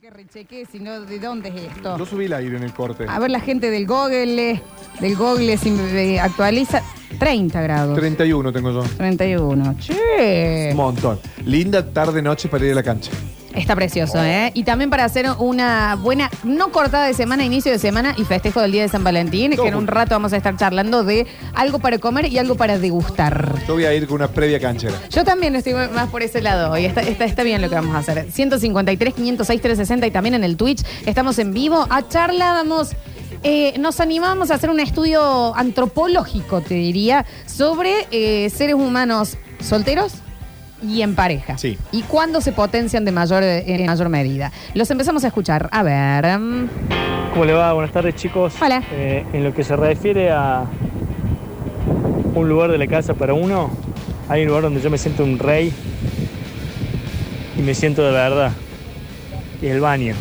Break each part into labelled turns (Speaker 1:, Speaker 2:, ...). Speaker 1: que rechequee, sino de dónde es esto.
Speaker 2: Yo subí el aire en el corte.
Speaker 1: A ver, la gente del Google, del Google si me actualiza. 30 grados.
Speaker 2: 31 tengo yo.
Speaker 1: Eh. 31. Che.
Speaker 2: Un montón. Linda tarde noche para ir a la cancha.
Speaker 1: Está precioso, ¿eh? Y también para hacer una buena, no cortada de semana, inicio de semana y festejo del día de San Valentín,
Speaker 2: Todo
Speaker 1: que en un
Speaker 2: junto.
Speaker 1: rato vamos a estar charlando de algo para comer y algo para degustar.
Speaker 2: Yo voy a ir con una previa canchera.
Speaker 1: Yo también estoy más por ese lado hoy. Está, está, está bien lo que vamos a hacer. 153, 506, 360 y también en el Twitch. Estamos en vivo. A charlábamos. eh, nos animábamos a hacer un estudio antropológico, te diría, sobre eh, seres humanos solteros y en pareja.
Speaker 2: Sí.
Speaker 1: Y cuándo se potencian de mayor, eh, en mayor medida. Los empezamos a escuchar. A ver. mm,
Speaker 3: ¿Cómo le va? Buenas tardes chicos.
Speaker 1: Hola.
Speaker 3: Eh, en lo que se refiere a un lugar de la casa para uno, hay un lugar donde yo me siento un rey y me siento de verdad. Y es el baño.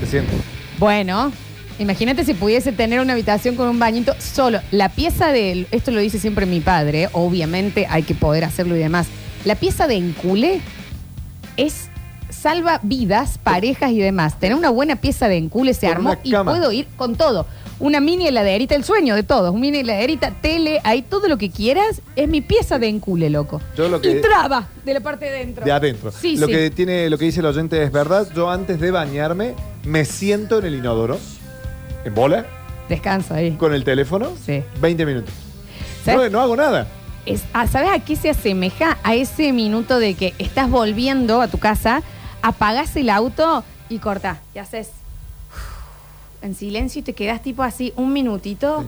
Speaker 2: Se siente.
Speaker 1: Bueno, imagínate si pudiese tener una habitación con un bañito solo. La pieza de, esto lo dice siempre mi padre, obviamente hay que poder hacerlo y demás. La pieza de enculé es salva vidas, parejas y demás. Tener una buena pieza de enculé se
Speaker 2: Con
Speaker 1: armó
Speaker 2: una
Speaker 1: y
Speaker 2: cama.
Speaker 1: puedo ir con todo. Una mini heladerita, el sueño de todos. Una mini heladerita, tele, ahí todo lo que quieras. Es mi pieza de enculé, loco.
Speaker 2: Yo lo que-
Speaker 1: Y traba de la parte de adentro.
Speaker 2: De adentro.
Speaker 1: Sí,
Speaker 2: lo
Speaker 1: sí.
Speaker 2: que tiene, lo que dice el oyente es verdad. Yo antes de bañarme me siento en el inodoro, en bola,
Speaker 1: Descanso ahí.
Speaker 2: con el teléfono,
Speaker 1: Sí.
Speaker 2: 20 minutos.
Speaker 1: ¿Sabes?
Speaker 2: No, no hago nada.
Speaker 1: Es- ah, ¿Sabes a qué se asemeja? A ese minuto de que estás volviendo a tu casa, apagás el auto y cortás. Y haces uf, en silencio y te quedás tipo así un minutito.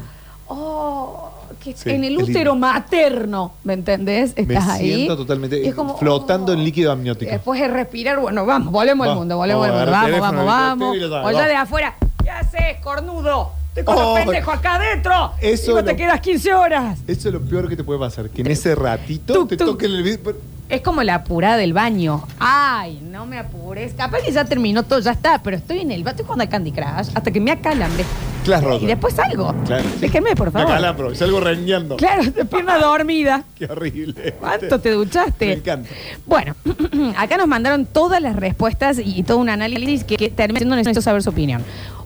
Speaker 1: Oh, que
Speaker 2: Sí,
Speaker 1: en el
Speaker 2: es
Speaker 1: útero
Speaker 2: lindo.
Speaker 1: materno, ¿me entendés? Estás
Speaker 2: me
Speaker 1: ahí.
Speaker 2: siento totalmente
Speaker 1: y es
Speaker 2: eh,
Speaker 1: como,
Speaker 2: flotando
Speaker 1: oh.
Speaker 2: en líquido
Speaker 1: Y
Speaker 2: amniótico.
Speaker 1: después de respirar, bueno, vamos, volvemos al
Speaker 2: Vamos,
Speaker 1: mundo, volvemos al
Speaker 2: vamos a
Speaker 1: mundo.
Speaker 2: agarrar
Speaker 1: Vamos,
Speaker 2: el
Speaker 1: vamos,
Speaker 2: teléfono,
Speaker 1: vamos.
Speaker 2: el teléfono y lo sabe,
Speaker 1: Volvá
Speaker 2: vamos.
Speaker 1: de afuera. ¿Qué haces, cornudo? Te con
Speaker 2: Oh.
Speaker 1: los pendejos acá adentro.
Speaker 2: Eso
Speaker 1: y no
Speaker 2: lo-
Speaker 1: te quedas 15 horas.
Speaker 2: Eso es lo peor que te puede pasar,
Speaker 1: Eh,
Speaker 2: que en ese ratito
Speaker 1: Tuc,
Speaker 2: te
Speaker 1: tuc.
Speaker 2: toquen el vidrio.
Speaker 1: Es como la apurada del baño. Ay, no me apures. Capaz que ya terminó todo, ya está, pero estoy en el baño. Estoy jugando a Candy Crush hasta que me acalambre.
Speaker 2: Clash
Speaker 1: Y
Speaker 2: Royale.
Speaker 1: después salgo.
Speaker 2: Claro.
Speaker 1: Déjenme, por
Speaker 2: Me
Speaker 1: favor.
Speaker 2: acalambro y salgo rengueando.
Speaker 1: Claro, de pierna dormida.
Speaker 2: Qué horrible.
Speaker 1: ¿Cuánto te duchaste?
Speaker 2: Me encanta.
Speaker 1: Bueno, acá nos mandaron todas las respuestas y todo un análisis que, que termina siendo necesito saber su opinión.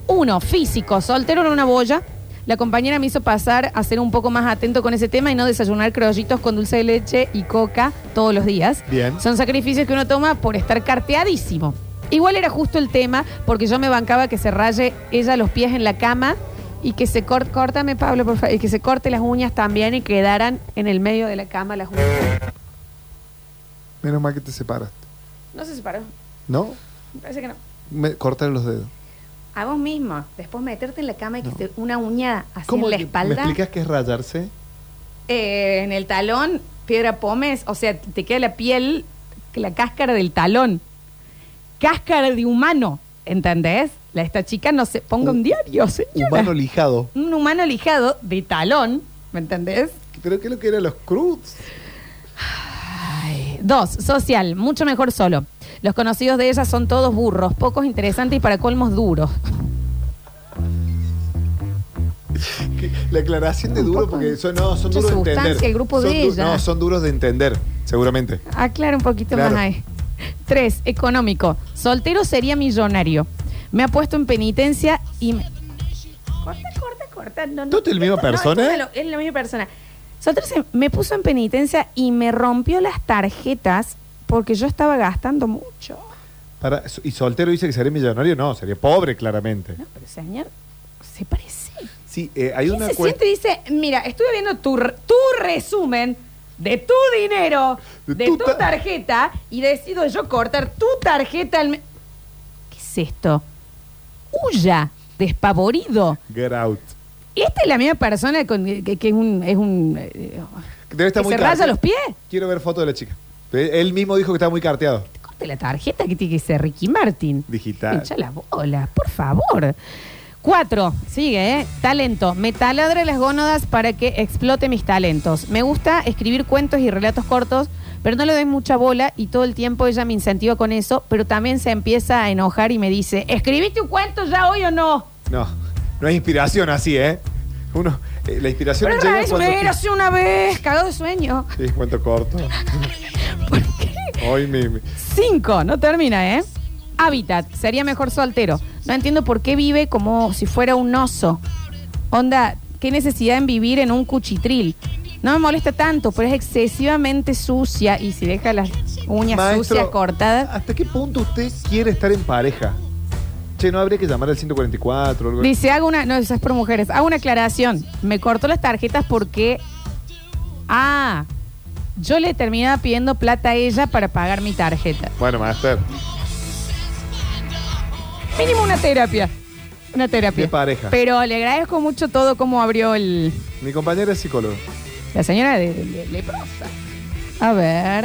Speaker 1: Uno, físico, soltero en una boya. La compañera me hizo pasar a ser un poco más atento con ese tema y no desayunar criollitos con dulce de leche y coca todos los días.
Speaker 2: Bien.
Speaker 1: Son sacrificios que uno toma por estar carteadísimo. Igual era justo el tema porque yo me bancaba que se raye ella los pies en la cama y que se corte, córtame Pablo, por favor, y que se corte las uñas también y quedaran en el medio de la cama las uñas.
Speaker 2: Menos mal que te separaste.
Speaker 1: No se separó,
Speaker 2: ¿No?
Speaker 1: me parece que no.
Speaker 2: Me cortaron los dedos.
Speaker 1: A vos mismo. Después meterte en la cama y que te- una uña así
Speaker 2: ¿Cómo
Speaker 1: en la
Speaker 2: que-
Speaker 1: espalda.
Speaker 2: ¿Me explicas qué es rayarse?
Speaker 1: Eh, en el talón, piedra pómez. O sea, te queda la piel, la cáscara del talón. Cáscara de humano. ¿Entendés? La, esta chica no se ponga un diario, señora.
Speaker 2: Humano lijado.
Speaker 1: un humano lijado de talón. ¿Me entendés?
Speaker 2: ¿Pero qué es lo que eran los cruz?
Speaker 1: Dos, social, mucho mejor solo. Los conocidos de ella son todos burros, pocos interesantes y para colmos duros.
Speaker 2: Que- La aclaración de duro,
Speaker 1: poco
Speaker 2: porque son, no, son
Speaker 1: mucha
Speaker 2: duros de entender.
Speaker 1: sustancia, el grupo
Speaker 2: Son
Speaker 1: de
Speaker 2: du-
Speaker 1: ella.
Speaker 2: No, son duros de entender, seguramente.
Speaker 1: Aclara un poquito
Speaker 2: Claro.
Speaker 1: más ahí. Tres, económico. Soltero sería millonario. Me ha puesto en penitencia y me... Corta, corta, corta. No, no,
Speaker 2: ¿Tú te la misma
Speaker 1: no,
Speaker 2: persona?
Speaker 1: esto es la- es la misma persona. Soltero se- me puso en penitencia y me rompió las tarjetas porque yo estaba gastando mucho.
Speaker 2: Para, y soltero dice que sería millonario. No, sería pobre, claramente.
Speaker 1: No, pero señor, se parece.
Speaker 2: Sí, eh, hay
Speaker 1: ¿Quién
Speaker 2: una
Speaker 1: se
Speaker 2: cuenta.
Speaker 1: siente y dice, mira, estuve viendo tu, r- tu resumen de tu dinero, de,
Speaker 2: De tu
Speaker 1: tu
Speaker 2: ta-
Speaker 1: tarjeta, y decido yo cortar tu tarjeta al... me- ¿Qué es esto? Huya, despavorido.
Speaker 2: Get out.
Speaker 1: Esta es la misma persona con- que, que es un... Es un eh,
Speaker 2: Debe estar
Speaker 1: ¿Que
Speaker 2: muy
Speaker 1: se raya
Speaker 2: carteado.
Speaker 1: los pies?
Speaker 2: Quiero ver fotos de la chica. Eh, Él mismo dijo que estaba muy carteado.
Speaker 1: te corte la tarjeta que tiene que ser Ricky Martin.
Speaker 2: Digital.
Speaker 1: Hincha las bolas, por favor. Cuatro, sigue, ¿eh? Talento. Me taladra las gónadas para que explote mis talentos. Me gusta escribir cuentos y relatos cortos, pero no le doy mucha bola y todo el tiempo ella me incentiva con eso, pero también se empieza a enojar y me dice, ¿escribiste un cuento ya hoy o no?
Speaker 2: No, no hay inspiración así, ¿eh? Uno, eh, la inspiración
Speaker 1: Pero
Speaker 2: llega
Speaker 1: otra vez
Speaker 2: cuando-
Speaker 1: me era así una vez, cagado de sueño.
Speaker 2: Sí, cuento corto.
Speaker 1: ¿Por qué?
Speaker 2: Hoy me, me-
Speaker 1: Cinco, no termina, ¿eh? Hábitat, sería mejor soltero. No entiendo por qué vive como si fuera un oso. Onda, qué necesidad en vivir en un cuchitril. No me molesta tanto, pero es excesivamente sucia y si deja las uñas
Speaker 2: Maestro, ah,
Speaker 1: sucias cortadas.
Speaker 2: ¿Hasta qué punto usted quiere estar en pareja? Che, no habría que llamar al 144 o algo
Speaker 1: Dice, hago una. No, eso es por mujeres. Hago una aclaración. Me cortó las tarjetas porque. Ah, yo le terminaba pidiendo plata a ella para pagar mi tarjeta.
Speaker 2: Bueno, maestro,
Speaker 1: Mínimo una terapia. Una terapia.
Speaker 2: De pareja.
Speaker 1: Pero le agradezco mucho todo cómo abrió el.
Speaker 2: mi compañera es psicóloga.
Speaker 1: La señora de, de- de leprosa. A ver.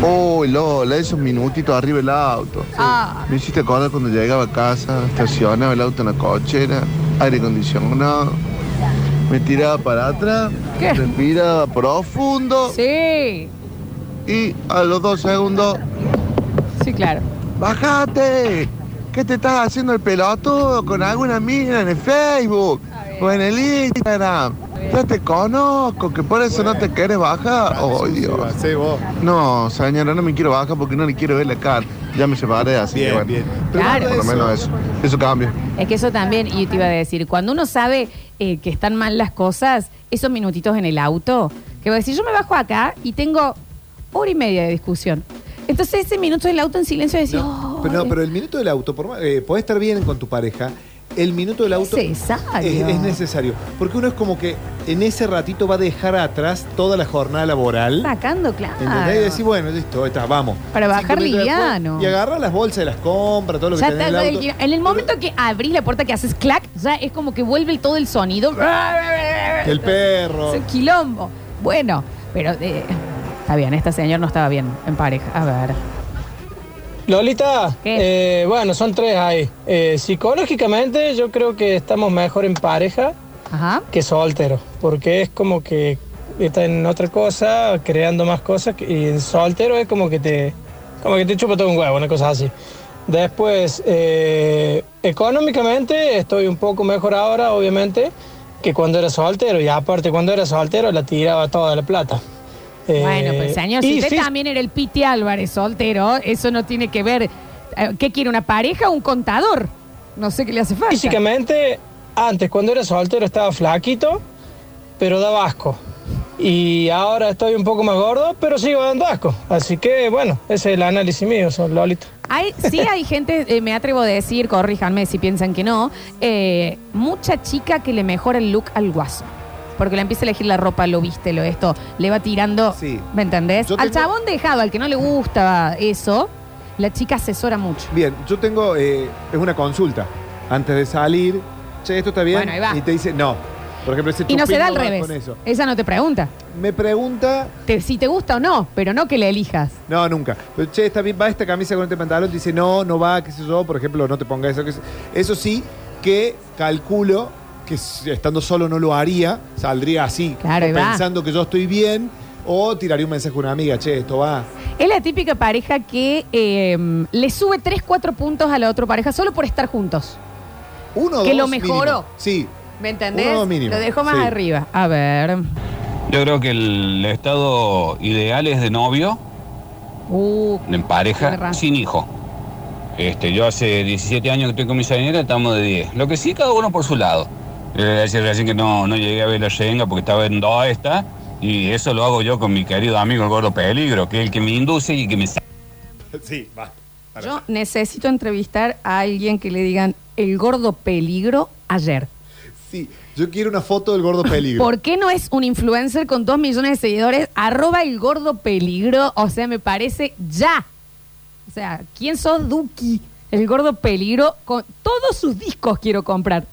Speaker 4: Uy, Lola, esos minutitos arriba del auto.
Speaker 1: Ah.
Speaker 4: Me hiciste acordar cuando llegaba a casa, estacionaba el auto en la cochera, aire acondicionado. Me tiraba para atrás,
Speaker 1: ¿Qué?
Speaker 4: respiraba profundo
Speaker 1: Sí.
Speaker 4: y a los dos segundos,
Speaker 1: Sí, claro.
Speaker 4: ¡bájate! ¿Qué te estás haciendo el pelotudo con alguna mina en el Facebook o en el Instagram? Ya te conozco, que por eso no te quieres bajar. ¡Oh, Dios!
Speaker 2: Sí, vos.
Speaker 4: No, señora, no me quiero bajar porque no le quiero ver la cara. Ya me separé, así que
Speaker 2: Bien,
Speaker 4: bueno.
Speaker 2: bien.
Speaker 1: Claro.
Speaker 4: Por lo menos eso. Eso cambia.
Speaker 1: Es que eso también, y te iba a decir, cuando uno sabe eh, que están mal las cosas, esos minutitos en el auto, que voy a decir, yo me bajo acá y tengo hora y media de discusión. Entonces ese minuto en el auto en silencio decís, "Oh,
Speaker 2: No,
Speaker 1: "Ay,
Speaker 2: pero, no, pero el minuto del auto, por más- eh, podés estar bien con tu pareja, el minuto del auto
Speaker 1: necesario.
Speaker 2: es, es necesario. Porque uno es como que en ese ratito va a dejar atrás toda la jornada laboral.
Speaker 1: sacando, claro.
Speaker 2: ¿Entendés? Y decís, bueno, listo, ahí está, vamos.
Speaker 1: Para bajar
Speaker 2: Cinco minutos después,
Speaker 1: liviano.
Speaker 2: Y agarrar las bolsas de las compras, todo lo que
Speaker 1: Ya
Speaker 2: tenés
Speaker 1: está,
Speaker 2: en el
Speaker 1: el-
Speaker 2: auto.
Speaker 1: en, el momento que abrís la puerta que haces clac, ya es como que vuelve todo el sonido.
Speaker 2: El perro.
Speaker 1: Es un quilombo. Bueno, pero eh, está bien, esta señora no estaba bien en pareja. A ver.
Speaker 5: Lolita,
Speaker 1: ¿Qué?
Speaker 5: eh, bueno, son tres ahí. Eh, psicológicamente yo creo que estamos mejor en pareja
Speaker 1: Ajá.
Speaker 5: que solteros, porque es como que está en otra cosa, creando más cosas, que- y en soltero es como que te, como que te chupa todo un huevo, una cosa así. Después, eh, económicamente estoy un poco mejor ahora, obviamente, que cuando era soltero, y aparte cuando era soltero la tiraba toda la plata. Eh,
Speaker 1: Bueno, pero señor, si
Speaker 5: y
Speaker 1: usted
Speaker 5: fí-
Speaker 1: también era el Piti Álvarez soltero, eso no tiene que ver. eh, ¿Qué quiere, una pareja o un contador? No sé qué le hace falta.
Speaker 5: Físicamente, antes cuando era soltero estaba flaquito, pero daba asco. Y ahora estoy un poco más gordo, pero sigo dando asco. Así que bueno, ese es el análisis mío, son Lolita.
Speaker 1: Hay, sí hay gente, eh, me atrevo a decir, corríjanme si piensan que no, eh, mucha chica que le mejora el look al guaso. Porque le empieza a elegir la ropa, lo viste, lo esto, le va tirando,
Speaker 2: Sí.
Speaker 1: ¿me entendés?
Speaker 2: Yo
Speaker 1: al
Speaker 2: tengo-
Speaker 1: chabón dejado, al que no le gusta eso, la chica asesora mucho.
Speaker 2: Bien, yo tengo, eh, es una consulta. Antes de salir, che, esto está bien.
Speaker 1: Bueno, ahí va.
Speaker 2: Y te dice, no. Por ejemplo, ese
Speaker 1: Y no se
Speaker 2: chupín
Speaker 1: da al
Speaker 2: va
Speaker 1: revés.
Speaker 2: Con eso.
Speaker 1: Ella no te pregunta
Speaker 2: Me pregunta,
Speaker 1: te- si te gusta o no, pero no que le elijas.
Speaker 2: no, nunca. Pero, che, está bien, va esta camisa con este pantalón. Te dice, no, no va, qué sé yo. Por ejemplo, no te pongas eso. qué sé- Eso sí, que calculo que si estando solo no lo haría. Saldría así.
Speaker 1: Claro,
Speaker 2: o
Speaker 1: ahí va.
Speaker 2: pensando que yo estoy bien. O tiraría un mensaje a una amiga, che, esto va.
Speaker 1: Es la típica pareja que eh, le sube 3, 4 puntos a la otra pareja solo por estar juntos.
Speaker 2: Uno,
Speaker 1: Que
Speaker 2: dos,
Speaker 1: lo mejoró.
Speaker 2: mínimo. Sí.
Speaker 1: ¿Me
Speaker 2: Uno
Speaker 1: entendés?
Speaker 2: o dos mínimo,
Speaker 1: Lo dejó más
Speaker 2: sí.
Speaker 1: arriba. A ver.
Speaker 6: Yo creo que el estado ideal es de novio,
Speaker 1: Uh,
Speaker 6: en
Speaker 1: Tenés
Speaker 6: pareja,
Speaker 1: razón.
Speaker 6: sin hijo. Este, yo hace 17 años que estoy con mi señora, estamos de 10. Lo que sí, cada uno por su lado. Le voy a decir recién que no, no llegué a ver la yenga porque estaba en dos esta. Y eso lo hago yo con mi querido amigo el gordo peligro, que es el que me induce y que me saca.
Speaker 2: Sí, va.
Speaker 1: yo necesito entrevistar a alguien que le digan el gordo peligro ayer.
Speaker 2: Sí, yo quiero una foto del gordo peligro.
Speaker 1: ¿Por qué no es un influencer con 2 millones de seguidores? Arroba el gordo peligro. O sea, me parece ya. O sea, ¿quién sos Duki? El gordo peligro. Con todos sus discos quiero comprar.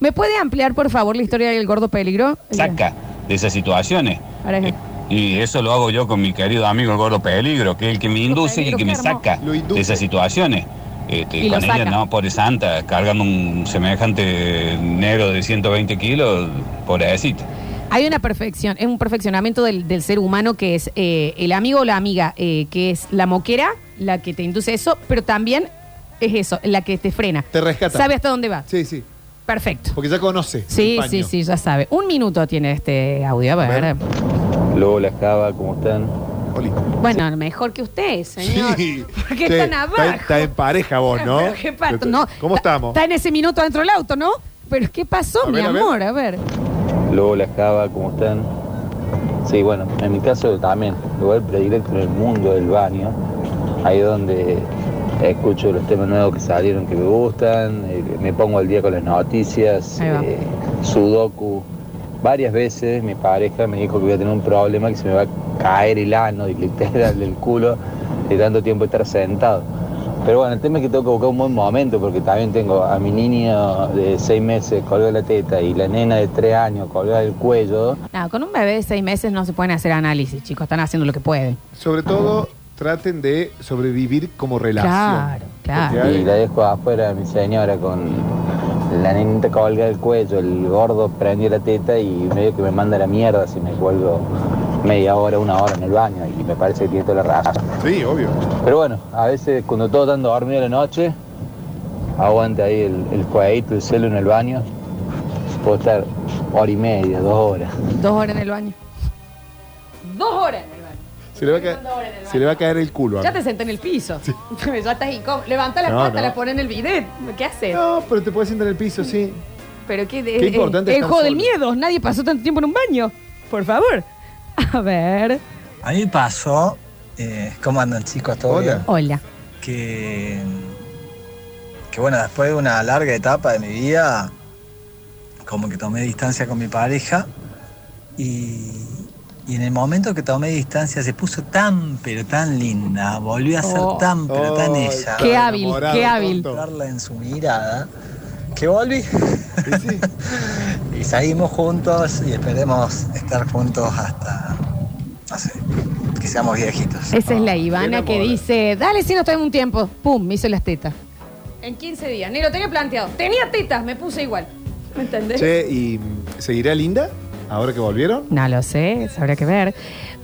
Speaker 1: ¿Me puede ampliar, por favor, la historia del gordo peligro?
Speaker 6: saca de esas situaciones.
Speaker 1: Ahora es-
Speaker 6: Eh, y eso lo hago yo con mi querido amigo el gordo peligro, que es el que me induce y
Speaker 1: Peligro,
Speaker 6: el que me
Speaker 1: qué hermoso.
Speaker 6: saca
Speaker 2: Lo induce.
Speaker 6: de esas situaciones. Este,
Speaker 1: Y lo
Speaker 6: con ella,
Speaker 1: saca.
Speaker 6: no, pobre santa, cargando un semejante negro de 120 kilos, pobrecita.
Speaker 1: Hay una perfección, es un perfeccionamiento del, del ser humano que es eh, el amigo o la amiga, eh, que es la moquera, la que te induce eso, pero también es eso, la que te frena.
Speaker 2: Te rescata.
Speaker 1: Sabe hasta dónde va.
Speaker 2: Sí, sí.
Speaker 1: Perfecto.
Speaker 2: Porque ya conoce.
Speaker 1: Sí,
Speaker 2: el paño.
Speaker 1: sí, sí, ya sabe. Un minuto tiene este audio, a ver.
Speaker 2: A ver.
Speaker 7: Lola, Cava, ¿cómo están?
Speaker 2: Oli.
Speaker 1: Bueno, mejor que ustedes, señor.
Speaker 2: Sí.
Speaker 1: Porque
Speaker 2: Sí,
Speaker 1: están abajo.
Speaker 2: Está, está en pareja vos, ¿no?
Speaker 1: Pero qué pato, no.
Speaker 2: ¿Cómo
Speaker 1: Está-
Speaker 2: estamos?
Speaker 1: Está en ese minuto dentro del auto, ¿no? Pero ¿qué pasó,
Speaker 2: A
Speaker 1: mi
Speaker 2: ver, a ver.
Speaker 1: amor? A ver.
Speaker 7: Lola, Java, ¿cómo están? Sí, bueno, en mi caso también, lugar predilecto en el mundo del baño, ahí donde escucho los temas nuevos que salieron que me gustan, eh, me pongo al día con las noticias,
Speaker 1: Ahí va.
Speaker 7: eh, sudoku. Varias veces mi pareja me dijo que voy a tener un problema, que se me va a caer el ano y literal del culo de tanto tiempo estar sentado. Pero bueno, el tema es que tengo que buscar un buen momento porque también tengo a mi niño de seis meses colgada la teta y la nena de tres años colgada del cuello.
Speaker 1: No, con un bebé de seis meses no se pueden hacer análisis, chicos. Están haciendo lo que pueden.
Speaker 2: Sobre todo, traten de sobrevivir como relación.
Speaker 1: Claro, claro.
Speaker 2: Porque hay-
Speaker 7: Y la dejo afuera a mi señora con la nenita colga del cuello, el gordo prendió la teta y medio que me manda a la mierda si me cuelgo media hora, una hora en el baño y me parece que tiene toda la razón.
Speaker 2: Sí, obvio.
Speaker 7: Pero bueno, a veces cuando todos están dormidos a la noche, aguante ahí el, el jueguito, el celo en el baño. Puedo estar hora y media, dos horas.
Speaker 1: Dos horas en el baño. Dos horas en el baño.
Speaker 2: Se le va a
Speaker 1: Dos horas en el
Speaker 2: caer,
Speaker 1: baño.
Speaker 2: se le va a caer el culo. a
Speaker 1: Ya
Speaker 2: mí.
Speaker 1: te senté en el piso. ya estás incómodo. Levanta la
Speaker 2: No,
Speaker 1: pata,
Speaker 2: no.
Speaker 1: la pone en el bidet. ¿Qué haces?
Speaker 2: No, pero te puedes sentar en el piso, sí.
Speaker 1: Pero qué,
Speaker 2: Qué importante
Speaker 1: El
Speaker 2: estar
Speaker 1: juego del
Speaker 2: solo.
Speaker 1: miedo. Nadie pasó tanto tiempo en un baño. Por favor. A ver.
Speaker 8: A mí me pasó, eh, ¿cómo andan chicos? ¿Todo
Speaker 2: Hola.
Speaker 8: bien?
Speaker 1: Hola.
Speaker 8: Que, que bueno, después de una larga etapa de mi vida, como que tomé distancia con mi pareja y, y en el momento que tomé distancia se puso tan pero tan linda, volvió a ser
Speaker 1: Oh.
Speaker 8: tan pero tan
Speaker 2: Ay,
Speaker 8: ella,
Speaker 1: Qué
Speaker 2: está
Speaker 1: hábil,
Speaker 2: enamorado,
Speaker 1: qué hábil.
Speaker 2: tonto.
Speaker 8: verla en su mirada, que volví.
Speaker 2: Sí, sí.
Speaker 8: Y seguimos juntos y esperemos estar juntos hasta, no sé, que seamos viejitos.
Speaker 1: Esa es
Speaker 2: Ah,
Speaker 1: la Ivana
Speaker 2: qué
Speaker 1: que
Speaker 2: enamora.
Speaker 1: dice, dale, si nos traemos un tiempo. Pum, me hizo las tetas. En 15 días, ni lo tenía planteado. Tenía tetas, me puse igual. ¿Me entendés?
Speaker 2: Che, ¿y mm, seguirá linda ahora que volvieron?
Speaker 1: No lo sé, eso habrá que ver.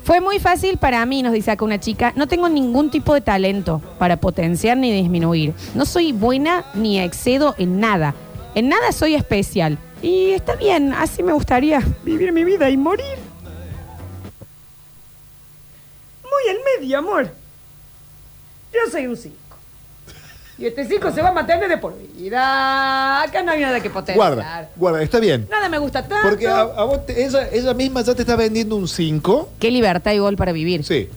Speaker 1: Fue muy fácil para mí, nos dice acá una chica. No tengo ningún tipo de talento para potenciar ni disminuir. No soy buena ni excedo en nada. En nada soy especial. Y está bien, así me gustaría vivir mi vida y morir. Muy en medio, amor. Yo soy un 5. Y este 5 se va a mantener de por vida. Acá no hay nada que potenciar.
Speaker 2: Guarda, guarda, está bien.
Speaker 1: Nada me gusta tanto.
Speaker 2: Porque ah, a, a vos te- ella, ella misma ya te está vendiendo un 5.
Speaker 1: Qué libertad y gol para vivir.
Speaker 2: Sí.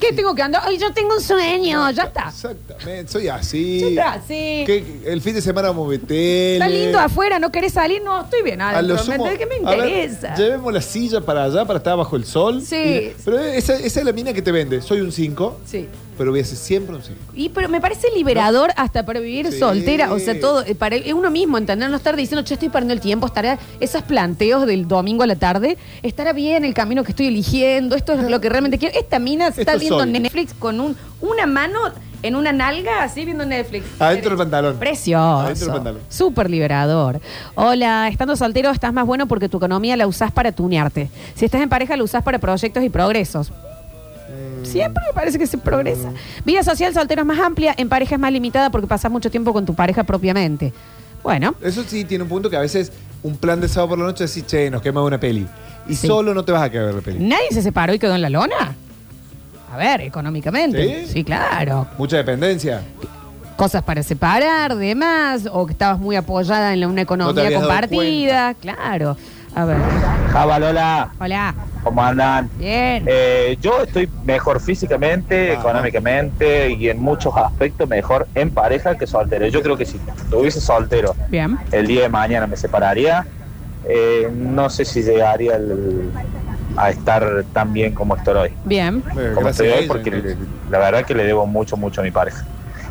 Speaker 1: ¿Qué tengo que andar? Ay, yo tengo un sueño, ya está.
Speaker 2: Exactamente, soy así.
Speaker 1: Ya está, sí.
Speaker 2: Que el fin de semana movetel.
Speaker 1: Está lindo afuera, no querés salir, no, estoy bien
Speaker 2: A lo
Speaker 1: adentro.
Speaker 2: sumo,
Speaker 1: ¿me entendés? ¿Qué me
Speaker 2: a ver,
Speaker 1: interesa?
Speaker 2: llevemos la silla para allá, para estar bajo el sol.
Speaker 1: Sí.
Speaker 2: Y- pero esa, esa es la mina que te vende. Soy un 5,
Speaker 1: Sí.
Speaker 2: pero voy a ser siempre un 5.
Speaker 1: Y pero me parece liberador hasta para vivir
Speaker 2: Sí.
Speaker 1: soltera, o sea, todo, eh, para uno mismo, entender, no estar diciendo, che, estoy perdiendo el tiempo, estar esos planteos del domingo a la tarde, estará bien el camino que estoy eligiendo, esto es lo que realmente quiero. Esta mina está
Speaker 2: Esto
Speaker 1: viendo
Speaker 2: soy.
Speaker 1: Netflix con un, una mano en una nalga, así viendo Netflix.
Speaker 2: Adentro del pantalón. Adentro del
Speaker 1: Precioso.
Speaker 2: pantalón.
Speaker 1: Súper liberador. Hola, estando soltero estás más bueno porque tu economía la usás para tunearte. Si estás en pareja la usás para proyectos y progresos.
Speaker 2: Mm.
Speaker 1: Siempre me parece que se progresa. Vida social soltero es más amplia, en pareja es más limitada porque pasas mucho tiempo con tu pareja propiamente. Bueno,
Speaker 2: Eso sí tiene un punto que a veces un plan de sábado por la noche decís, che, nos quema una peli. Y
Speaker 1: Sí.
Speaker 2: solo no te vas a quedar a ver la peli.
Speaker 1: nadie se separó y quedó en la lona. A ver, económicamente.
Speaker 2: ¿Sí?
Speaker 1: sí claro.
Speaker 2: Mucha dependencia. Eh,
Speaker 1: cosas para separar, demás, o que estabas muy apoyada en la- una economía
Speaker 2: habías dado
Speaker 1: compartida, claro. A ver,
Speaker 7: Java, Lola,
Speaker 1: hola,
Speaker 7: ¿cómo andan?
Speaker 1: bien.
Speaker 7: Eh, yo estoy mejor físicamente,
Speaker 2: Ajá.
Speaker 7: económicamente y en muchos aspectos mejor en pareja que soltero. Yo creo que si estuviese soltero
Speaker 1: Bien.
Speaker 7: el día de mañana me separaría, eh, no sé si llegaría al- a estar tan bien como estoy hoy.
Speaker 1: Bien.
Speaker 2: Bueno,
Speaker 7: Como
Speaker 2: Eh, gracias
Speaker 7: estoy
Speaker 2: a
Speaker 7: hoy
Speaker 2: ella,
Speaker 7: porque
Speaker 2: entonces.
Speaker 1: Eh.
Speaker 7: le- la verdad que le debo mucho, mucho a mi pareja.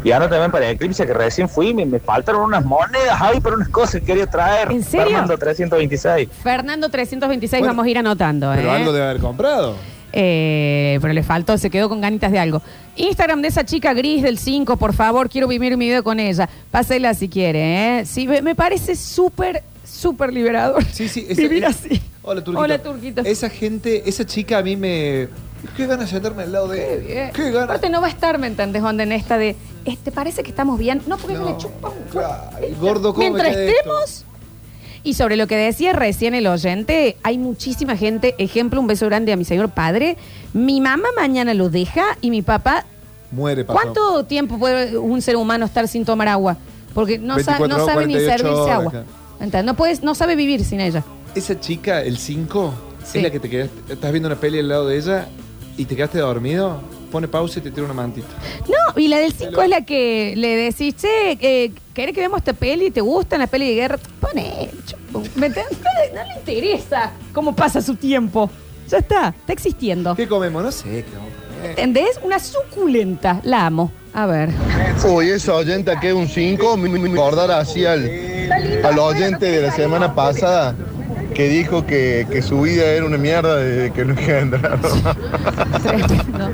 Speaker 7: Y ahora también para el Eclipse que recién fui, me, me faltaron unas monedas, ay, pero unas cosas que quería traer.
Speaker 1: ¿En serio?
Speaker 7: Fernando 326.
Speaker 1: Fernando 326
Speaker 2: Bueno,
Speaker 1: vamos a ir anotando,
Speaker 2: Pero
Speaker 1: ¿eh?
Speaker 2: algo debe haber comprado.
Speaker 1: Eh, pero le faltó, se quedó con ganitas de algo. Instagram de esa chica gris del 5, por favor, quiero vivir mi vida con ella. Pásela si quiere, ¿eh? Sí, me me parece súper, súper liberador.
Speaker 2: Sí, sí.
Speaker 1: Vivir así.
Speaker 2: Hola, Turquito.
Speaker 1: Hola, Turquito.
Speaker 2: Esa gente, esa chica a mí me... Qué ganas de sentarme al lado de...
Speaker 1: Qué bien.
Speaker 2: Qué ganas.
Speaker 1: Aparte no va a estar, ¿me entendés? Onda en esta de, este, parece que estamos bien. No, porque
Speaker 2: No,
Speaker 1: me la chupa un
Speaker 2: claro,
Speaker 1: huevo.
Speaker 2: el gordo come
Speaker 1: Mientras
Speaker 2: que de esto.
Speaker 1: estemos, Y sobre lo que decía recién el oyente, hay muchísima gente. Ejemplo, un beso grande a mi señor padre. Mi mamá mañana lo deja y mi papá.
Speaker 2: Muere, pasó.
Speaker 1: ¿Cuánto tiempo puede un ser humano estar sin tomar agua? Porque no, sa-
Speaker 2: 24
Speaker 1: no sabe ni
Speaker 2: 48
Speaker 1: servirse
Speaker 2: horas,
Speaker 1: agua.
Speaker 2: claro.
Speaker 1: ¿Entendés? No, puedes, no sabe vivir sin ella.
Speaker 2: Esa chica, el 5,
Speaker 1: Sí.
Speaker 2: es la que te quedaste. Estás viendo una peli al lado de ella y te quedaste dormido. Pone pausa y te tira una mantita.
Speaker 1: No, y la del 5 es la que le decís, che, eh, ¿querés que vemos esta peli? ¿Te gustan las pelis de guerra? Pone, chupo. ¿Me entendés? No le interesa cómo pasa su tiempo. Ya está, está existiendo.
Speaker 2: ¿Qué comemos? No sé. ¿qué vamos a comer?
Speaker 1: ¿Entendés? Una suculenta. La amo. A ver.
Speaker 4: Uy, esa oyenta que es un 5, me me- me acordar así al, al oyente de la semana pasada que dijo que, que su vida era una mierda desde que lo engendraron.
Speaker 1: Tremendo.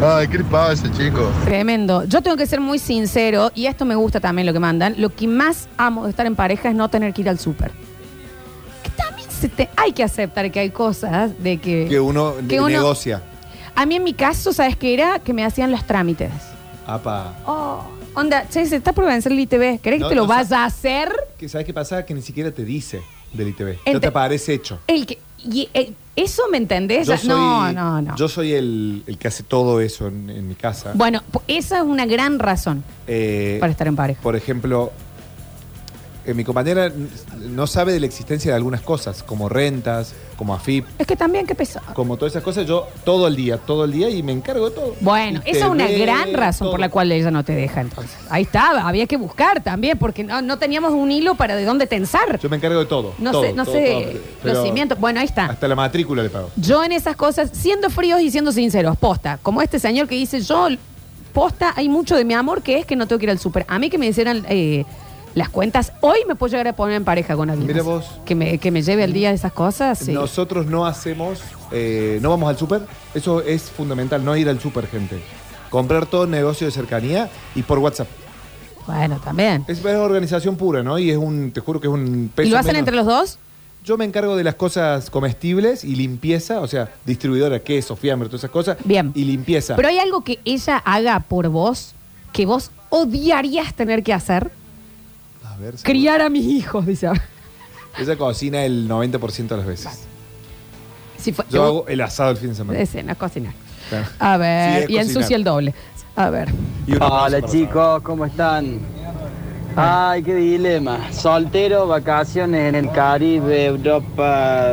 Speaker 4: Ay, ¿qué le pasa, chico?
Speaker 1: Tremendo. Yo tengo que ser muy sincero, y esto me gusta también lo que mandan. Lo que más amo de estar en pareja es no tener que ir al súper. Que también se te- hay que aceptar que hay cosas de que.
Speaker 2: Que uno
Speaker 1: Que
Speaker 2: ne-
Speaker 1: uno-
Speaker 2: negocia.
Speaker 1: A mí en mi caso, ¿sabes qué era? Que me hacían los trámites.
Speaker 2: Apa.
Speaker 1: Oh, onda, che, se está por vencer el ITV. ¿Querés
Speaker 2: No,
Speaker 1: que te lo
Speaker 2: no
Speaker 1: vas
Speaker 2: sé.
Speaker 1: a hacer?
Speaker 2: Que ¿Sabes qué pasa? Que ni siquiera te dice del ITV.
Speaker 1: Ente-
Speaker 2: No te aparece hecho.
Speaker 1: El que, y, eh, ¿Eso me entendés?
Speaker 2: Yo
Speaker 1: Ya-
Speaker 2: soy,
Speaker 1: no, no, no.
Speaker 2: Yo soy el, el que hace todo eso en, en mi casa.
Speaker 1: Bueno, po- esa es una gran razón
Speaker 2: Eh,
Speaker 1: para estar en pareja.
Speaker 2: Por ejemplo, eh, mi compañera n- no sabe de la existencia de algunas cosas, como rentas, como AFIP,
Speaker 1: Es que también, qué pesado.
Speaker 2: como todas esas cosas. Yo todo el día, todo el día y me encargo de todo.
Speaker 1: Bueno,
Speaker 2: Y
Speaker 1: esa es una
Speaker 2: TV,
Speaker 1: gran razón
Speaker 2: todo.
Speaker 1: por la cual ella no te deja entonces. Ahí estaba, había que buscar también, porque no, no teníamos un hilo para de dónde tensar.
Speaker 2: Yo me encargo de todo.
Speaker 1: No
Speaker 2: todo,
Speaker 1: sé, no
Speaker 2: todo,
Speaker 1: sé,
Speaker 2: todo.
Speaker 1: los
Speaker 2: Pero
Speaker 1: cimientos. Bueno, ahí está.
Speaker 2: Hasta la matrícula le pago.
Speaker 1: Yo en esas cosas, siendo fríos y siendo sinceros, posta, como este señor que dice, yo, posta, hay mucho de mi amor que es que no tengo que ir al súper. A mí que me hicieran eh, las cuentas, hoy me puedo llegar a poner en pareja con alguien.
Speaker 2: Mira
Speaker 1: más.
Speaker 2: vos.
Speaker 1: Que me, que me lleve al día de esas cosas. sí.
Speaker 2: Nosotros no hacemos, eh, no vamos al súper. Eso es fundamental, no ir al súper, gente. Comprar todo negocio de cercanía y por WhatsApp.
Speaker 1: Bueno, también.
Speaker 2: Es una organización pura, ¿no? Y es un, te juro que es un peso
Speaker 1: ¿Y lo hacen
Speaker 2: menos.
Speaker 1: entre los dos?
Speaker 2: Yo me encargo de las cosas comestibles y limpieza, o sea, distribuidora, queso, fiambre, todas esas cosas.
Speaker 1: Bien.
Speaker 2: Y limpieza.
Speaker 1: Pero hay algo que ella haga por vos que vos odiarías tener que hacer.
Speaker 2: a ver, seguro.
Speaker 1: Criar a mis hijos, dice.
Speaker 2: Ella cocina el 90% de las veces.
Speaker 1: Si fue,
Speaker 2: Yo hago el asado el fin de semana.
Speaker 1: Escena, eh, cocinar.
Speaker 2: Claro.
Speaker 1: A ver,
Speaker 2: Sí, es
Speaker 1: y ensucia
Speaker 2: cocinar.
Speaker 1: el doble. A ver.
Speaker 2: Y un aplauso
Speaker 9: Hola
Speaker 2: para
Speaker 9: chicos, ¿cómo están? Ay, qué dilema. Soltero, vacaciones en el Caribe, Europa,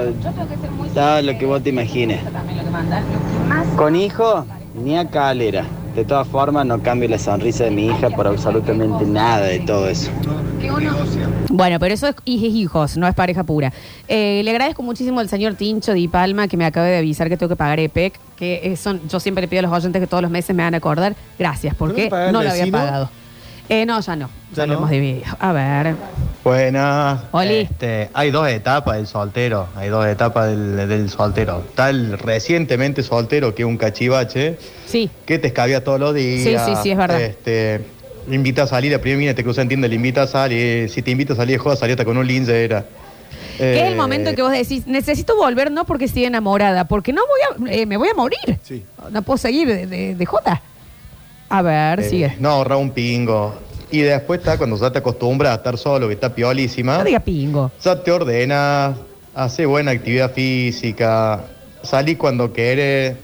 Speaker 9: todo lo que vos te imagines. Con hijo, ni a calera. De todas formas, no cambio la sonrisa de mi hija por absolutamente nada de todo eso.
Speaker 1: Bueno, pero eso es hij- hijos, no es pareja pura. Eh, le agradezco muchísimo al señor Tincho Di Palma que me acaba de avisar que tengo que pagar EPEC, que eh, son, yo siempre le pido a los oyentes que todos los meses me van a acordar. Gracias,
Speaker 2: ¿Pero
Speaker 1: porque
Speaker 2: no paga el
Speaker 1: no lo había
Speaker 2: vecino?
Speaker 1: pagado. Eh, no, ya no. Ya,
Speaker 10: ¿Ya
Speaker 1: lo
Speaker 10: no?
Speaker 1: hemos dividido. A ver.
Speaker 10: Buenas.
Speaker 1: Oli.
Speaker 10: Este, hay dos etapas del soltero. Hay dos etapas del, del soltero. Está el recientemente soltero, que es un cachivache,
Speaker 1: Sí.
Speaker 10: que te escabia todos los días.
Speaker 1: Sí, sí, sí, es verdad.
Speaker 10: Este, le invita a salir, la primera mina te cruza en tienda, le invita a salir. Si te invita a salir, joda, salí hasta con un lince, era. Eh,
Speaker 1: Que
Speaker 4: Eh.
Speaker 1: es el momento en que vos decís, necesito volver, no porque estoy enamorada, porque no voy a, eh, me voy a morir.
Speaker 2: Sí.
Speaker 1: No puedo seguir de, de, de joda. A ver,
Speaker 4: Eh,
Speaker 1: sigue.
Speaker 10: eh, No, ahorra un pingo. Y después está cuando ya te acostumbras a estar solo, que está piolísima.
Speaker 1: No diga pingo.
Speaker 10: Ya te ordena, hace buena actividad física, salí cuando querés,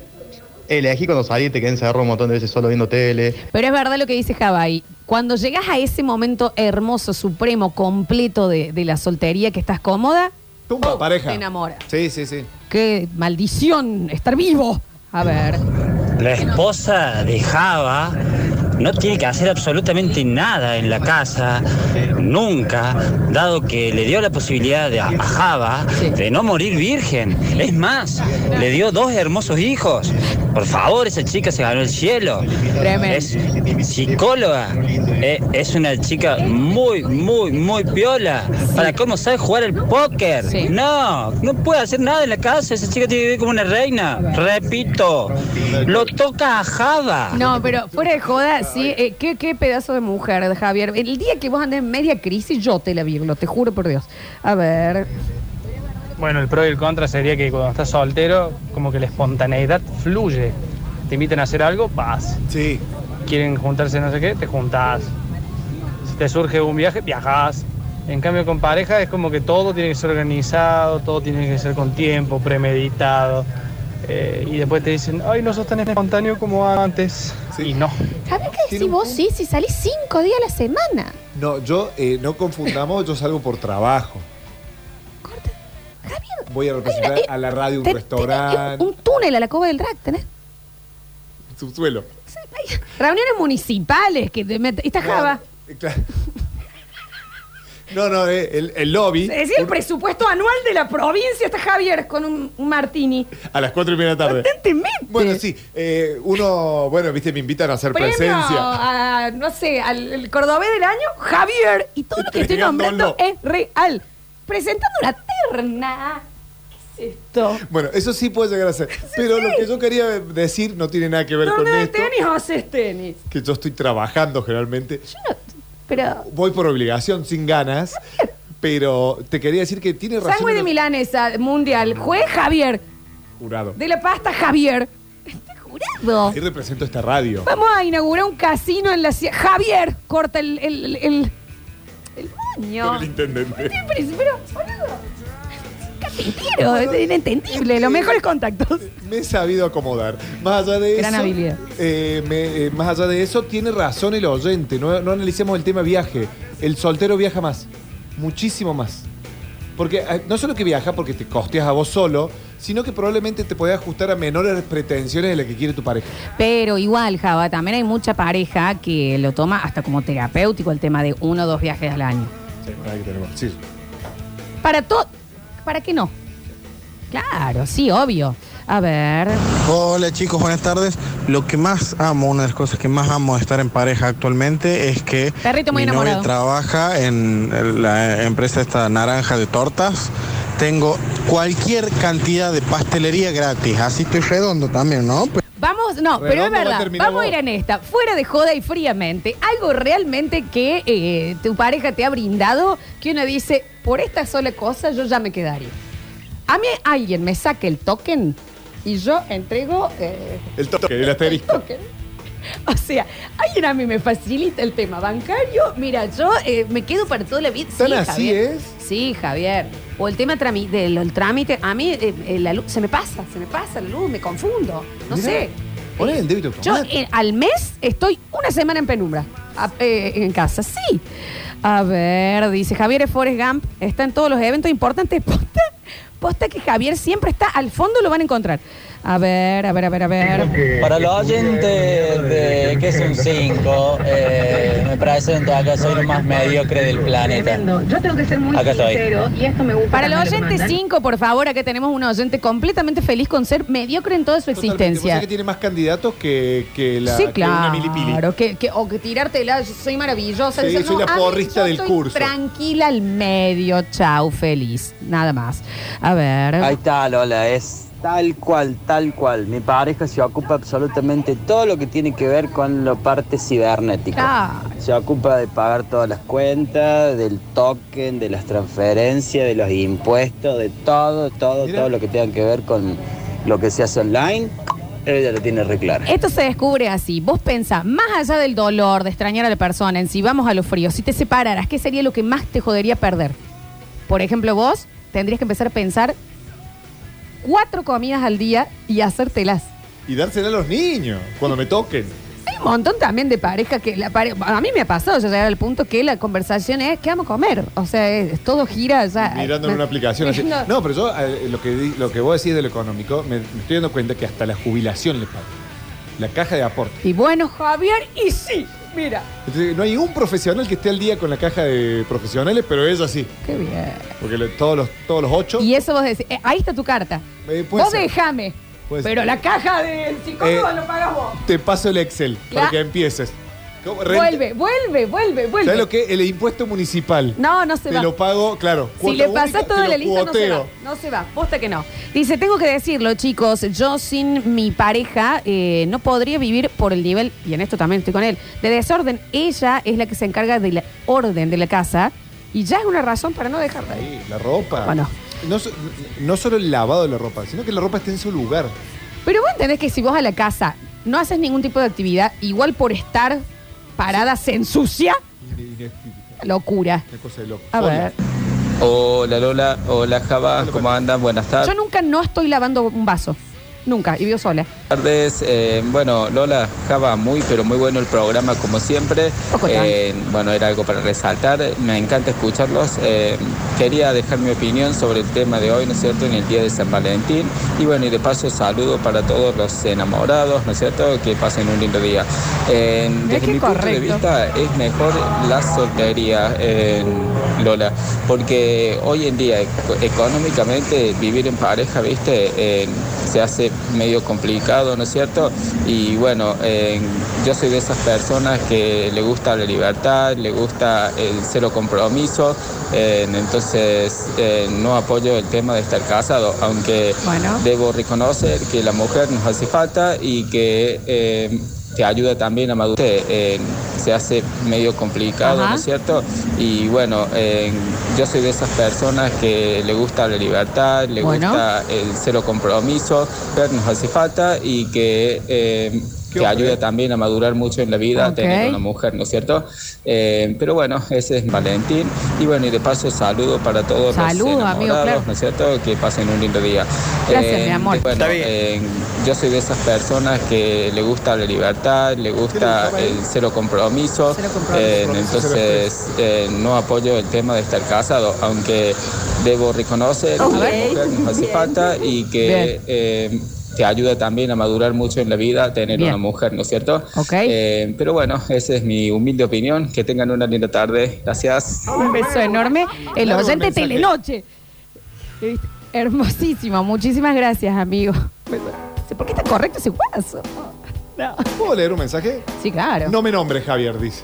Speaker 10: elegí cuando salí, te quedé encerrado un montón de veces solo viendo tele.
Speaker 1: Pero es verdad lo que dice Jabai. Cuando llegas a ese momento hermoso, supremo, completo de, de la soltería, que estás cómoda,
Speaker 2: Tumba,
Speaker 1: Oh,
Speaker 2: pareja.
Speaker 1: te enamora.
Speaker 2: Sí, sí, sí.
Speaker 1: qué maldición estar vivo. A ver.
Speaker 11: La esposa de Java no tiene que hacer absolutamente nada en la casa, nunca, dado que le dio la posibilidad de, a a Java
Speaker 1: Sí.
Speaker 11: de no morir virgen. Es más, le dio dos hermosos hijos. Por favor, esa chica se ganó el cielo.
Speaker 1: Tremendo.
Speaker 11: Es psicóloga. Eh, Es una chica muy, muy, muy piola. Para cómo sabe jugar el póker.
Speaker 1: Sí.
Speaker 11: No, no puede hacer nada en la casa. Esa chica tiene que vivir como una reina. Repito, lo toca a Java.
Speaker 1: No, pero fuera de joda, sí, eh, qué, qué pedazo de mujer, Javier. El día que vos andés en media crisis, yo te la virlo, te juro por Dios. A ver.
Speaker 5: Bueno, el pro y el contra sería que cuando estás soltero, como que la espontaneidad fluye. Te invitan a hacer algo, vas.
Speaker 2: Sí.
Speaker 5: Quieren juntarse no sé qué, te juntás. Si te surge un viaje, viajás. En cambio, con pareja es como que todo tiene que ser organizado, todo tiene que ser con tiempo, premeditado. Eh, y después te dicen, ay, no sos tan espontáneo como antes. Y no.
Speaker 1: ¿Sabes qué decís vos? Sí, si salís cinco días a la semana.
Speaker 2: No, yo eh, no confundamos, yo salgo por trabajo. Voy a representar a la radio un
Speaker 1: Te- tenés
Speaker 2: restaurante,
Speaker 1: Un túnel a la cova del rack, tenés.
Speaker 2: subsuelo.
Speaker 1: Reuniones municipales que te met- y Está Java.
Speaker 2: Eh, claro. No, no, eh, el, el lobby
Speaker 1: Es decir, el presupuesto anual de la provincia está Javier con un, un martini.
Speaker 2: a las cuatro y media de la tarde.
Speaker 1: Evidentemente.
Speaker 2: Bueno, sí, eh, uno, bueno, viste, me invitan a hacer
Speaker 1: Premio
Speaker 2: presencia.
Speaker 1: a, no sé, al el cordobés del año, Javier. Y todo lo que estoy nombrando es real. Presentando una terna. ¿Qué es esto?
Speaker 2: Bueno, eso sí puede llegar a ser. Pero lo que yo quería decir no tiene nada que ver con
Speaker 1: ¿Torneo de
Speaker 2: esto,
Speaker 1: tenis o haces este tenis?
Speaker 2: que yo estoy trabajando generalmente.
Speaker 1: Pero,
Speaker 2: Voy por obligación, sin ganas, pero te quería decir que tiene razón.
Speaker 1: sándwich de
Speaker 2: el
Speaker 1: milanesa, mundial, juez Javier.
Speaker 2: Jurado.
Speaker 1: De la pasta Javier. Está jurado.
Speaker 2: Ahí represento esta radio.
Speaker 1: Vamos a inaugurar un casino en la ciudad. Javier, corta el, el, el, el baño.
Speaker 2: Con el intendente.
Speaker 1: Pero, pero, boludo, carpintero, es inentendible. Los mejores contactos.
Speaker 2: Me he sabido acomodar. Más allá de
Speaker 1: Gran
Speaker 2: eso.
Speaker 1: habilidad.
Speaker 2: eh, me- eh, más allá de eso, tiene razón el oyente. No, no analicemos el tema viaje. El soltero viaja más. Muchísimo más. Porque eh, no solo que viaja porque te costeas a vos solo, sino que probablemente te podés ajustar a menores pretensiones de las que quiere tu pareja.
Speaker 1: Pero igual, Java, también hay mucha pareja que lo toma hasta como terapéutico el tema de uno o dos viajes al año.
Speaker 2: Sí, hay Ah, que tener- sí.
Speaker 1: Para todo. ¿Para qué no? Claro, sí, obvio. A ver.
Speaker 12: Hola chicos, buenas tardes. Lo que más amo, una de las cosas que más amo de estar en pareja actualmente es que
Speaker 1: Perrito muy
Speaker 12: mi novia
Speaker 1: enamorado.
Speaker 12: trabaja en la empresa esta naranja de tortas. Tengo cualquier cantidad de pastelería gratis, así estoy redondo también, ¿no? Pe-
Speaker 1: Vamos, no,
Speaker 12: Redondo
Speaker 1: pero es
Speaker 12: va a
Speaker 1: verdad.
Speaker 12: terminar
Speaker 1: Vamos a
Speaker 12: vos.
Speaker 1: ir en esta. Fuera de joda y fríamente, algo realmente que eh, tu pareja te ha brindado que uno dice, por esta sola cosa yo ya me quedaría. A mí alguien me saque el token y yo entrego. eh,
Speaker 2: El toque, el asterisco.
Speaker 1: o sea, alguien a mí me facilita el tema bancario. Mira, yo eh, me quedo para toda la vida.
Speaker 2: Tan
Speaker 1: Sí,
Speaker 2: así
Speaker 1: Javier.
Speaker 2: es.
Speaker 1: Sí, Javier. O el tema trami- del el trámite. A mí eh, eh, la luz se me pasa, se me pasa la luz, me confundo. No
Speaker 2: Mirá,
Speaker 1: sé.
Speaker 2: Ponés el débito
Speaker 1: Yo
Speaker 2: automático.
Speaker 1: eh, al mes estoy una semana en penumbra. a- eh, en casa, sí. A ver, dice Javier es Forrest Gump. Está en todos los eventos importantes. Posta, posta que Javier siempre está al fondo, lo van a encontrar. A ver, a ver, a ver, a ver.
Speaker 13: Para los oyentes de que es un 5, me parece que acá soy el más mediocre del planeta.
Speaker 1: Yo tengo que ser muy
Speaker 13: Acá estoy. sincero,
Speaker 1: y esto me gusta. Para los
Speaker 13: cuando me lo
Speaker 1: oyentes
Speaker 2: ¿eh?
Speaker 13: mandan.
Speaker 1: 5, por favor, acá tenemos un oyente completamente feliz con ser mediocre en toda su
Speaker 2: Vos sabés
Speaker 1: existencia.
Speaker 2: que tiene más candidatos que, que la
Speaker 1: sí,
Speaker 2: que una
Speaker 1: claro.
Speaker 2: milipili.
Speaker 1: que, que- o que tirártela, yo soy maravillosa.
Speaker 2: Sí,
Speaker 1: Decir,
Speaker 2: soy la
Speaker 1: a mí,
Speaker 2: porrista
Speaker 1: yo
Speaker 2: del
Speaker 1: estoy
Speaker 2: curso.
Speaker 1: Tranquila al medio, chau, feliz. Nada más. A ver.
Speaker 9: Ahí está, Lola, es tal cual, tal cual. Mi pareja se ocupa absolutamente todo lo que tiene que ver con la parte cibernética.
Speaker 1: Claro.
Speaker 9: Se ocupa de pagar todas las cuentas, del token, de las transferencias, de los impuestos, de todo, todo, todo lo que tenga que ver con lo que se hace online. Ella lo tiene re claro.
Speaker 1: Esto se descubre así. Vos pensás, más allá del dolor de extrañar a la persona, en si vamos a lo frío, si te separaras, ¿qué sería lo que más te jodería perder? Por ejemplo, vos tendrías que empezar a pensar cuatro comidas al día y hacértelas.
Speaker 2: Y dársela a los niños cuando me toquen.
Speaker 1: Hay un montón también de pareja que la pare- A mí me ha pasado ya llegar al punto que la conversación es ¿qué vamos a comer? O sea, es- todo gira ya.
Speaker 2: mirando en una aplicación así.
Speaker 1: No.
Speaker 2: No, pero yo eh, lo que di- lo que vos decís de lo económico, me, me estoy dando cuenta que hasta la jubilación le paga. La caja de aporte.
Speaker 1: Y bueno, Javier, y sí, mira.
Speaker 2: Entonces, no hay un profesional que esté al día con la caja de profesionales, pero ella sí.
Speaker 1: Qué bien.
Speaker 2: Porque lo- todos los todos los ocho.
Speaker 1: Y eso vos decís, eh, ahí está tu carta.
Speaker 2: eh, puede
Speaker 1: Vos
Speaker 2: ser.
Speaker 1: déjame.
Speaker 2: Puede ser.
Speaker 1: Pero la caja del psicólogo
Speaker 2: Eh,
Speaker 1: lo pagas vos.
Speaker 2: Te paso el Excel
Speaker 1: Claro.
Speaker 2: para que empieces. ¿Cómo? Renta-
Speaker 1: Vuelve, vuelve, vuelve, vuelve.
Speaker 2: ¿Sabes lo que? El impuesto municipal.
Speaker 1: No, no se
Speaker 2: te
Speaker 1: va.
Speaker 2: lo pago, claro.
Speaker 1: Si
Speaker 2: cuota
Speaker 1: le
Speaker 2: única,
Speaker 1: pasas
Speaker 2: te
Speaker 1: toda
Speaker 2: lo
Speaker 1: la lista, no se va.
Speaker 2: cuoteo.
Speaker 1: No se va. Posta que no. Dice, tengo que decirlo, chicos. Yo sin mi pareja eh, no podría vivir por el nivel, y en esto también estoy con él, de desorden. Ella es la que se encarga de la orden de la casa y ya es una razón para no dejarla ahí.
Speaker 2: La ropa.
Speaker 1: Bueno.
Speaker 2: No, so- no solo el lavado de la ropa, sino que la ropa esté en su lugar.
Speaker 1: Pero vos entendés que si vos a la casa no haces ningún tipo de actividad, igual por estar parada se ensucia. locura.
Speaker 2: Una cosa de loco.
Speaker 1: A ver.
Speaker 14: Hola Lola, hola Java, ¿cómo andan? Buenas tardes.
Speaker 1: Yo nunca no estoy lavando un vaso. Nunca. Y vivo sola.
Speaker 14: tardes. Eh, bueno, Lola, Java, muy, pero muy bueno el programa, como siempre.
Speaker 1: Poco
Speaker 14: Eh, bueno, era algo para resaltar. Me encanta escucharlos. Eh, quería dejar mi opinión sobre el tema de hoy, ¿no es cierto?, en el Día de San Valentín. Y bueno, y de paso, saludo para todos los enamorados, ¿no es cierto?, que pasen un lindo día. Eh,
Speaker 1: Mirá
Speaker 14: desde
Speaker 1: qué
Speaker 14: mi punto de
Speaker 1: correcto.
Speaker 14: vista, es mejor la soltería, eh, Lola, porque hoy en día, eco- económicamente, vivir en pareja, ¿viste?, Eh, se hace medio complicado, ¿no es cierto? Y bueno, eh, yo soy de esas personas que le gusta la libertad, le gusta el cero compromiso, eh, entonces eh, no apoyo el tema de estar casado, aunque debo reconocer que la mujer nos hace falta y que... eh, te ayuda también a madurar, eh, se hace medio complicado,
Speaker 15: Ajá.
Speaker 14: ¿no es cierto? Y bueno, eh, yo soy de esas personas que le gusta la libertad, le
Speaker 15: Bueno.
Speaker 14: gusta el cero compromiso, pero nos hace falta y que eh, te ayuda también a madurar mucho en la vida
Speaker 15: Ok.
Speaker 14: tener una mujer, ¿no es cierto? Eh, pero bueno, ese es Valentín. Y bueno, y de paso saludo para todos
Speaker 1: Saludo,
Speaker 14: los
Speaker 1: amigo,
Speaker 14: enamorados,
Speaker 1: claro.
Speaker 14: ¿no es cierto? Que pasen un lindo día.
Speaker 1: Gracias, mi amor.
Speaker 14: bueno, eh, yo soy de esas personas que le gusta la libertad, le gusta el cero compromiso, eh, entonces eh, no apoyo el tema de estar casado, aunque debo reconocer
Speaker 15: Ok.
Speaker 14: que la mujer nos hace falta y que
Speaker 15: Bien.
Speaker 14: eh, te ayuda también a madurar mucho en la vida tener
Speaker 1: Bien.
Speaker 14: una mujer, ¿no es cierto?
Speaker 1: Ok.
Speaker 14: Eh, pero bueno, esa es mi humilde opinión. Que tengan una linda tarde. Gracias.
Speaker 1: Un beso enorme. El
Speaker 14: Largo
Speaker 1: oyente
Speaker 14: mensaje.
Speaker 1: Telenoche. ¿Viste? Hermosísimo. Muchísimas gracias, amigo. ¿Por qué está correcto ese guaso?
Speaker 2: ¿Puedo leer un mensaje?
Speaker 1: Sí, claro.
Speaker 2: No me nombre Javier, dice.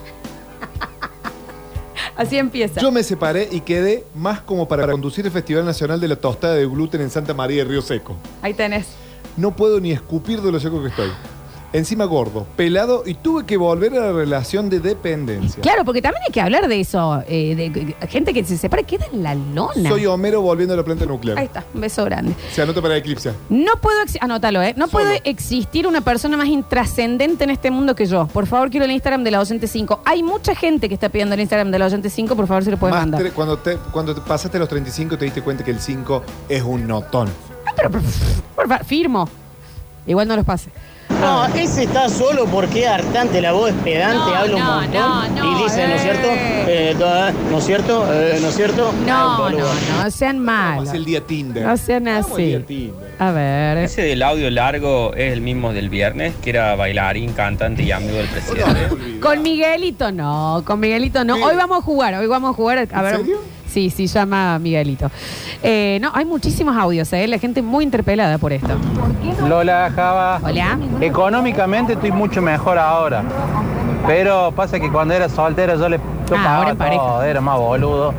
Speaker 1: Así empieza.
Speaker 2: Yo me separé y quedé más como para conducir el Festival Nacional de la Tostada de Gluten en Santa María de Río Seco.
Speaker 1: Ahí tenés.
Speaker 2: No puedo ni escupir de lo seco que estoy. Encima gordo, pelado y tuve que volver a la relación de dependencia.
Speaker 1: Claro, porque también hay que hablar de eso. eh, de, de- gente que se separa queda en la lona.
Speaker 2: Soy Homero volviendo a la planta nuclear.
Speaker 1: Ahí está. Un beso grande.
Speaker 2: Se anota para Eclipse.
Speaker 1: No puedo, exi- anótalo, ¿eh? No puede existir una persona más intrascendente en este mundo que yo. Por favor, quiero el Instagram de la docente 5. Hay mucha gente que está pidiendo el Instagram de la docente 5, por favor, si lo pueden
Speaker 2: Más
Speaker 1: mandar.
Speaker 2: tre- cuando, te, cuando te pasaste los 35 te diste cuenta que el 5 es un notón.
Speaker 1: Por fa- firmo. Igual no los pase.
Speaker 16: No, ese está solo porque es hartante, la voz es pedante,
Speaker 1: No,
Speaker 16: habla un
Speaker 1: no,
Speaker 16: montón
Speaker 1: no, no,
Speaker 16: y dice, ¿no es cierto?
Speaker 1: eh.
Speaker 16: Eh, toda- ¿No es cierto? Eh, ¿No es cierto?
Speaker 1: No, no, no, sean malos.
Speaker 2: el día Tinder.
Speaker 1: No sean así. A ver.
Speaker 17: Ese del audio largo es el mismo del viernes, que era bailarín, cantante y amigo del presidente.
Speaker 1: Con Miguelito no, con Miguelito no. Hoy vamos a jugar, hoy vamos a jugar. A ver. Sí, sí, llama a Miguelito. Eh, no, hay muchísimos audios, ¿eh? La gente muy interpelada por esto.
Speaker 13: Lola, Java.
Speaker 1: Hola.
Speaker 13: Económicamente estoy mucho mejor ahora. Pero pasa que cuando era soltero yo le yo
Speaker 1: Ah, ahora en
Speaker 13: pagaba todo, era más boludo.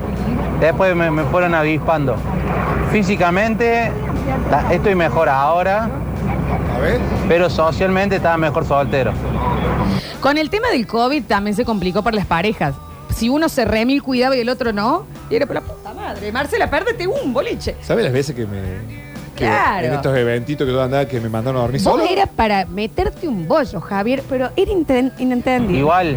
Speaker 13: Después me, me fueron avispando. Físicamente ta- estoy mejor ahora. Pero socialmente estaba mejor soltero.
Speaker 1: Con el tema del COVID también se complicó para las parejas. Si uno se remil cuidaba y el otro no, y era por la puta madre. Marcela, pérdete un boliche.
Speaker 2: ¿Sabes las veces que me. que
Speaker 1: Claro.
Speaker 2: En estos eventitos que yo andaba que me mandaron a dormir
Speaker 1: Vos
Speaker 2: solo?
Speaker 1: era para meterte un bollo, Javier, pero era inten- inentendible.
Speaker 13: Igual,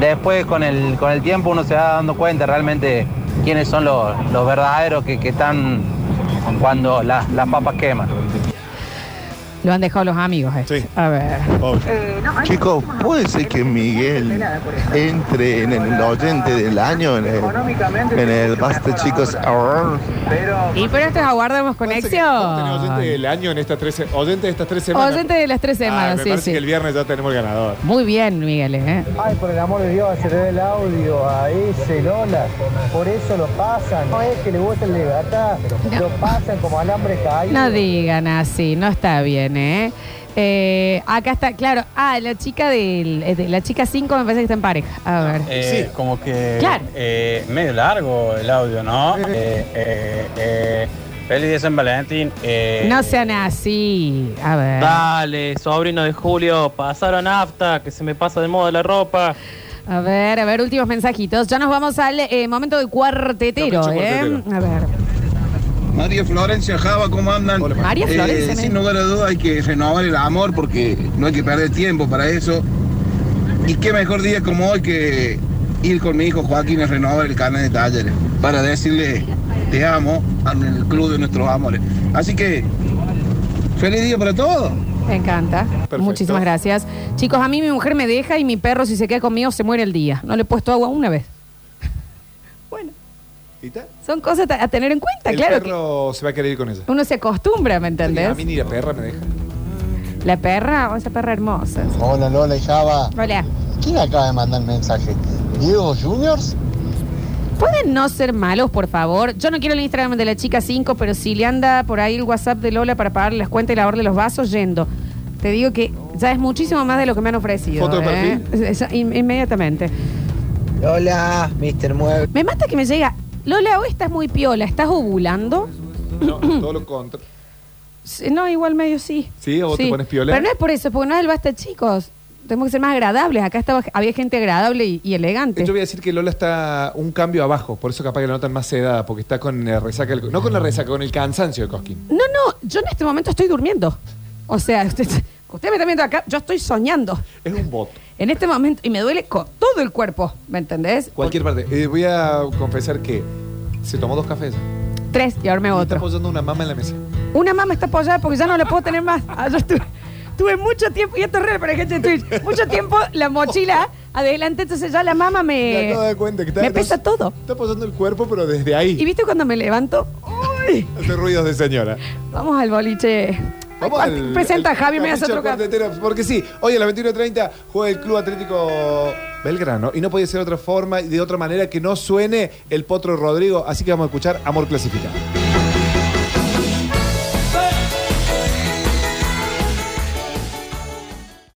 Speaker 13: después con el, con el tiempo uno se va dando cuenta realmente quiénes son los, los verdaderos que, que están cuando la- las papas queman.
Speaker 1: Lo han dejado los amigos, eh. A ver.
Speaker 2: Oh,
Speaker 4: Chicos, ¿puede ser que Miguel entre en el oyente del año en el, en el Basta Chicos Hour?
Speaker 1: Y pero esto es aguardamos
Speaker 2: Tenés
Speaker 1: conexión.
Speaker 2: oyente del año en estas tres se- oyente de estas tres semanas.
Speaker 1: Oyente de las tres
Speaker 2: Ah,
Speaker 1: semanas,
Speaker 2: me
Speaker 1: sí,
Speaker 2: parece
Speaker 1: sí.
Speaker 2: que el viernes ya tenemos el ganador.
Speaker 1: Muy bien, Miguel, eh.
Speaker 18: Ay, por el amor de Dios, se le ve el audio a ese Lola. Por eso lo pasan. No es que le gusta el libertad. Lo pasan como alambre caído.
Speaker 1: No digan así, no está bien, ¿eh? Eh, acá está, claro. Ah, la chica del, eh, de la chica 5 me parece que está en pareja. A ver.
Speaker 15: Eh, Como que
Speaker 1: Claro.
Speaker 15: eh, medio largo el audio, ¿no? Eh, eh, eh, feliz día San Valentín. eh,
Speaker 1: No sean así. A ver.
Speaker 19: Dale, sobrino de Julio, pasaron afta, que se me pasa de moda la ropa.
Speaker 1: A ver, a ver, últimos mensajitos. Ya nos vamos al eh, momento de cuartetero,
Speaker 20: Capricho
Speaker 1: ¿eh? A ver.
Speaker 20: María Florencia Java, ¿cómo andan? Eh,
Speaker 1: María Florencia, ¿eh?
Speaker 20: sin
Speaker 1: me-
Speaker 20: lugar a dudas hay que renovar el amor porque no hay que perder tiempo para eso. Y qué mejor día como hoy que ir con mi hijo Joaquín a renovar el canal de talleres para decirle te amo al club de nuestros amores. Así que, feliz día para todos.
Speaker 1: Me encanta. Muchísimas gracias. Chicos, a mí mi mujer me deja y mi perro si se queda conmigo se muere el día. No le he puesto agua una vez.
Speaker 2: ¿Y tal?
Speaker 1: Son cosas ta- a tener en cuenta,
Speaker 2: El
Speaker 1: claro.
Speaker 2: perro se va a querer ir con ella.
Speaker 1: que Uno se acostumbra, ¿me
Speaker 2: A
Speaker 1: entendés?
Speaker 2: mí ni la perra me deja.
Speaker 1: La perra, oh, esa perra hermosa.
Speaker 21: Hola Lola y Java.
Speaker 1: Hola.
Speaker 21: ¿Quién acaba de mandar el mensaje? ¿Diego Juniors?
Speaker 1: ¿Pueden no ser malos, por favor? Yo no quiero el Instagram de la chica 5, pero si le anda por ahí el WhatsApp de Lola para pagarle las cuentas y lavarle los vasos, yendo. Te digo que ya es muchísimo más de lo que me han ofrecido.
Speaker 22: ¿Foto de
Speaker 1: ¿eh? Eso, in- inmediatamente.
Speaker 22: Hola, Mr. Mueble.
Speaker 1: Me mata que me llega. Lola, hoy estás muy piola, ¿estás ovulando?
Speaker 2: No, todo lo contra.
Speaker 1: Sí, No, igual medio sí.
Speaker 2: Sí, o vos te pones piola.
Speaker 1: Pero no es por eso, porque no es el basta, chicos. Tenemos que ser más agradables. Acá estaba, había gente agradable y, y elegante.
Speaker 2: Yo voy a decir que Lola está un cambio abajo, por eso capaz que la notan más sedada, porque está con la resaca. del- no con la resaca, con el cansancio de Cosquín.
Speaker 1: No, no, yo en este momento estoy durmiendo. O sea, usted, usted me está viendo acá, yo estoy soñando.
Speaker 2: Es un bot.
Speaker 1: En este momento, y me duele con todo el cuerpo, ¿me entendés?
Speaker 2: Cualquier parte. Eh, voy a confesar que se tomó dos cafés.
Speaker 1: Tres, y ahora me
Speaker 2: Está
Speaker 1: otro.
Speaker 2: apoyando una mama en la mesa.
Speaker 1: Una mamá está apoyada porque ya no la puedo tener más. Ah, yo estuve, tuve mucho tiempo, y esto es real para gente de Twitch, mucho tiempo la mochila adelante, entonces ya la mamá
Speaker 2: Me
Speaker 1: me...
Speaker 2: acabo de dar cuenta que está,
Speaker 1: Eh, me pesa todo.
Speaker 2: Está apoyando el cuerpo, pero desde ahí.
Speaker 1: Y viste cuando me levanto, ¡Uy!
Speaker 2: Hace ruidos de señora.
Speaker 1: vamos al boliche.
Speaker 2: Vamos
Speaker 1: Ay,
Speaker 2: al-
Speaker 1: presenta a
Speaker 2: al
Speaker 1: Javi, me hace
Speaker 2: capricho
Speaker 1: otro café.
Speaker 2: cuartetero, Porque sí, hoy a las 21.30 juega el Club Atlético Belgrano. Y no podía ser de otra forma y de otra manera que no suene el Potro Rodrigo. Así que vamos a escuchar Amor Clasificado.